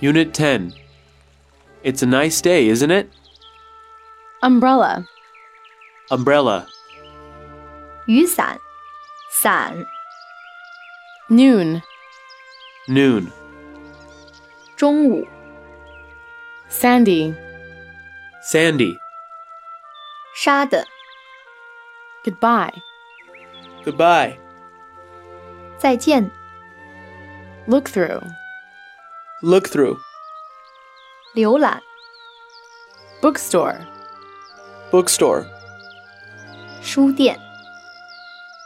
Unit 10. It's a nice day, isn't it? umbrella, Umbrella. 雨伞，伞， noon, Noon. 中午， sandy, Sandy. 沙的， goodbye, Goodbye. 再见， look through, Look through. 浏览， bookstore, Bookstore. 书店，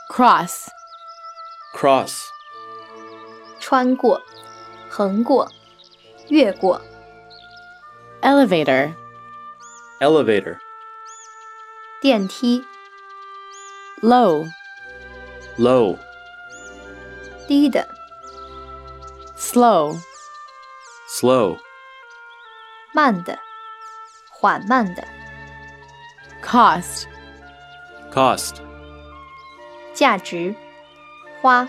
cross, Cross. 穿过，横过，越过， elevator, Elevator. 电梯， low, Low. 低的， slow, Slow. 慢的，缓慢的， cost, Cost. 价值，花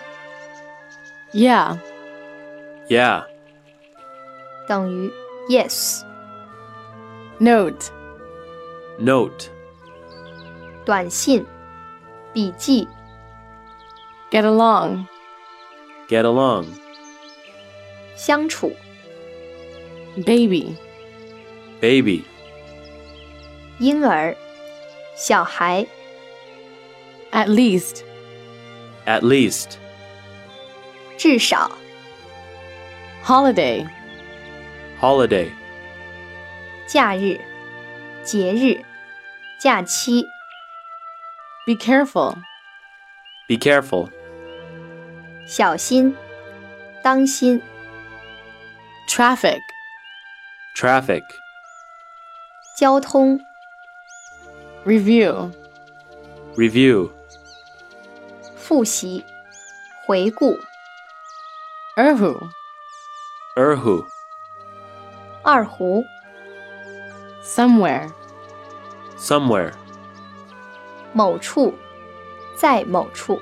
yeah, Yeah. 等于 yes， note, Note. 短信，笔记， get along, Get along. 相处， baby, Baby. 婴儿，小孩， at least, At least. 至少， holiday, Holiday. 假日，节日，假期， be careful, Be careful. 小心，当心， traffic, Traffic. 交通， review, Review. 复习，回顾， erhu, Erhu. 二胡， somewhere, Somewhere. 某处，在某处。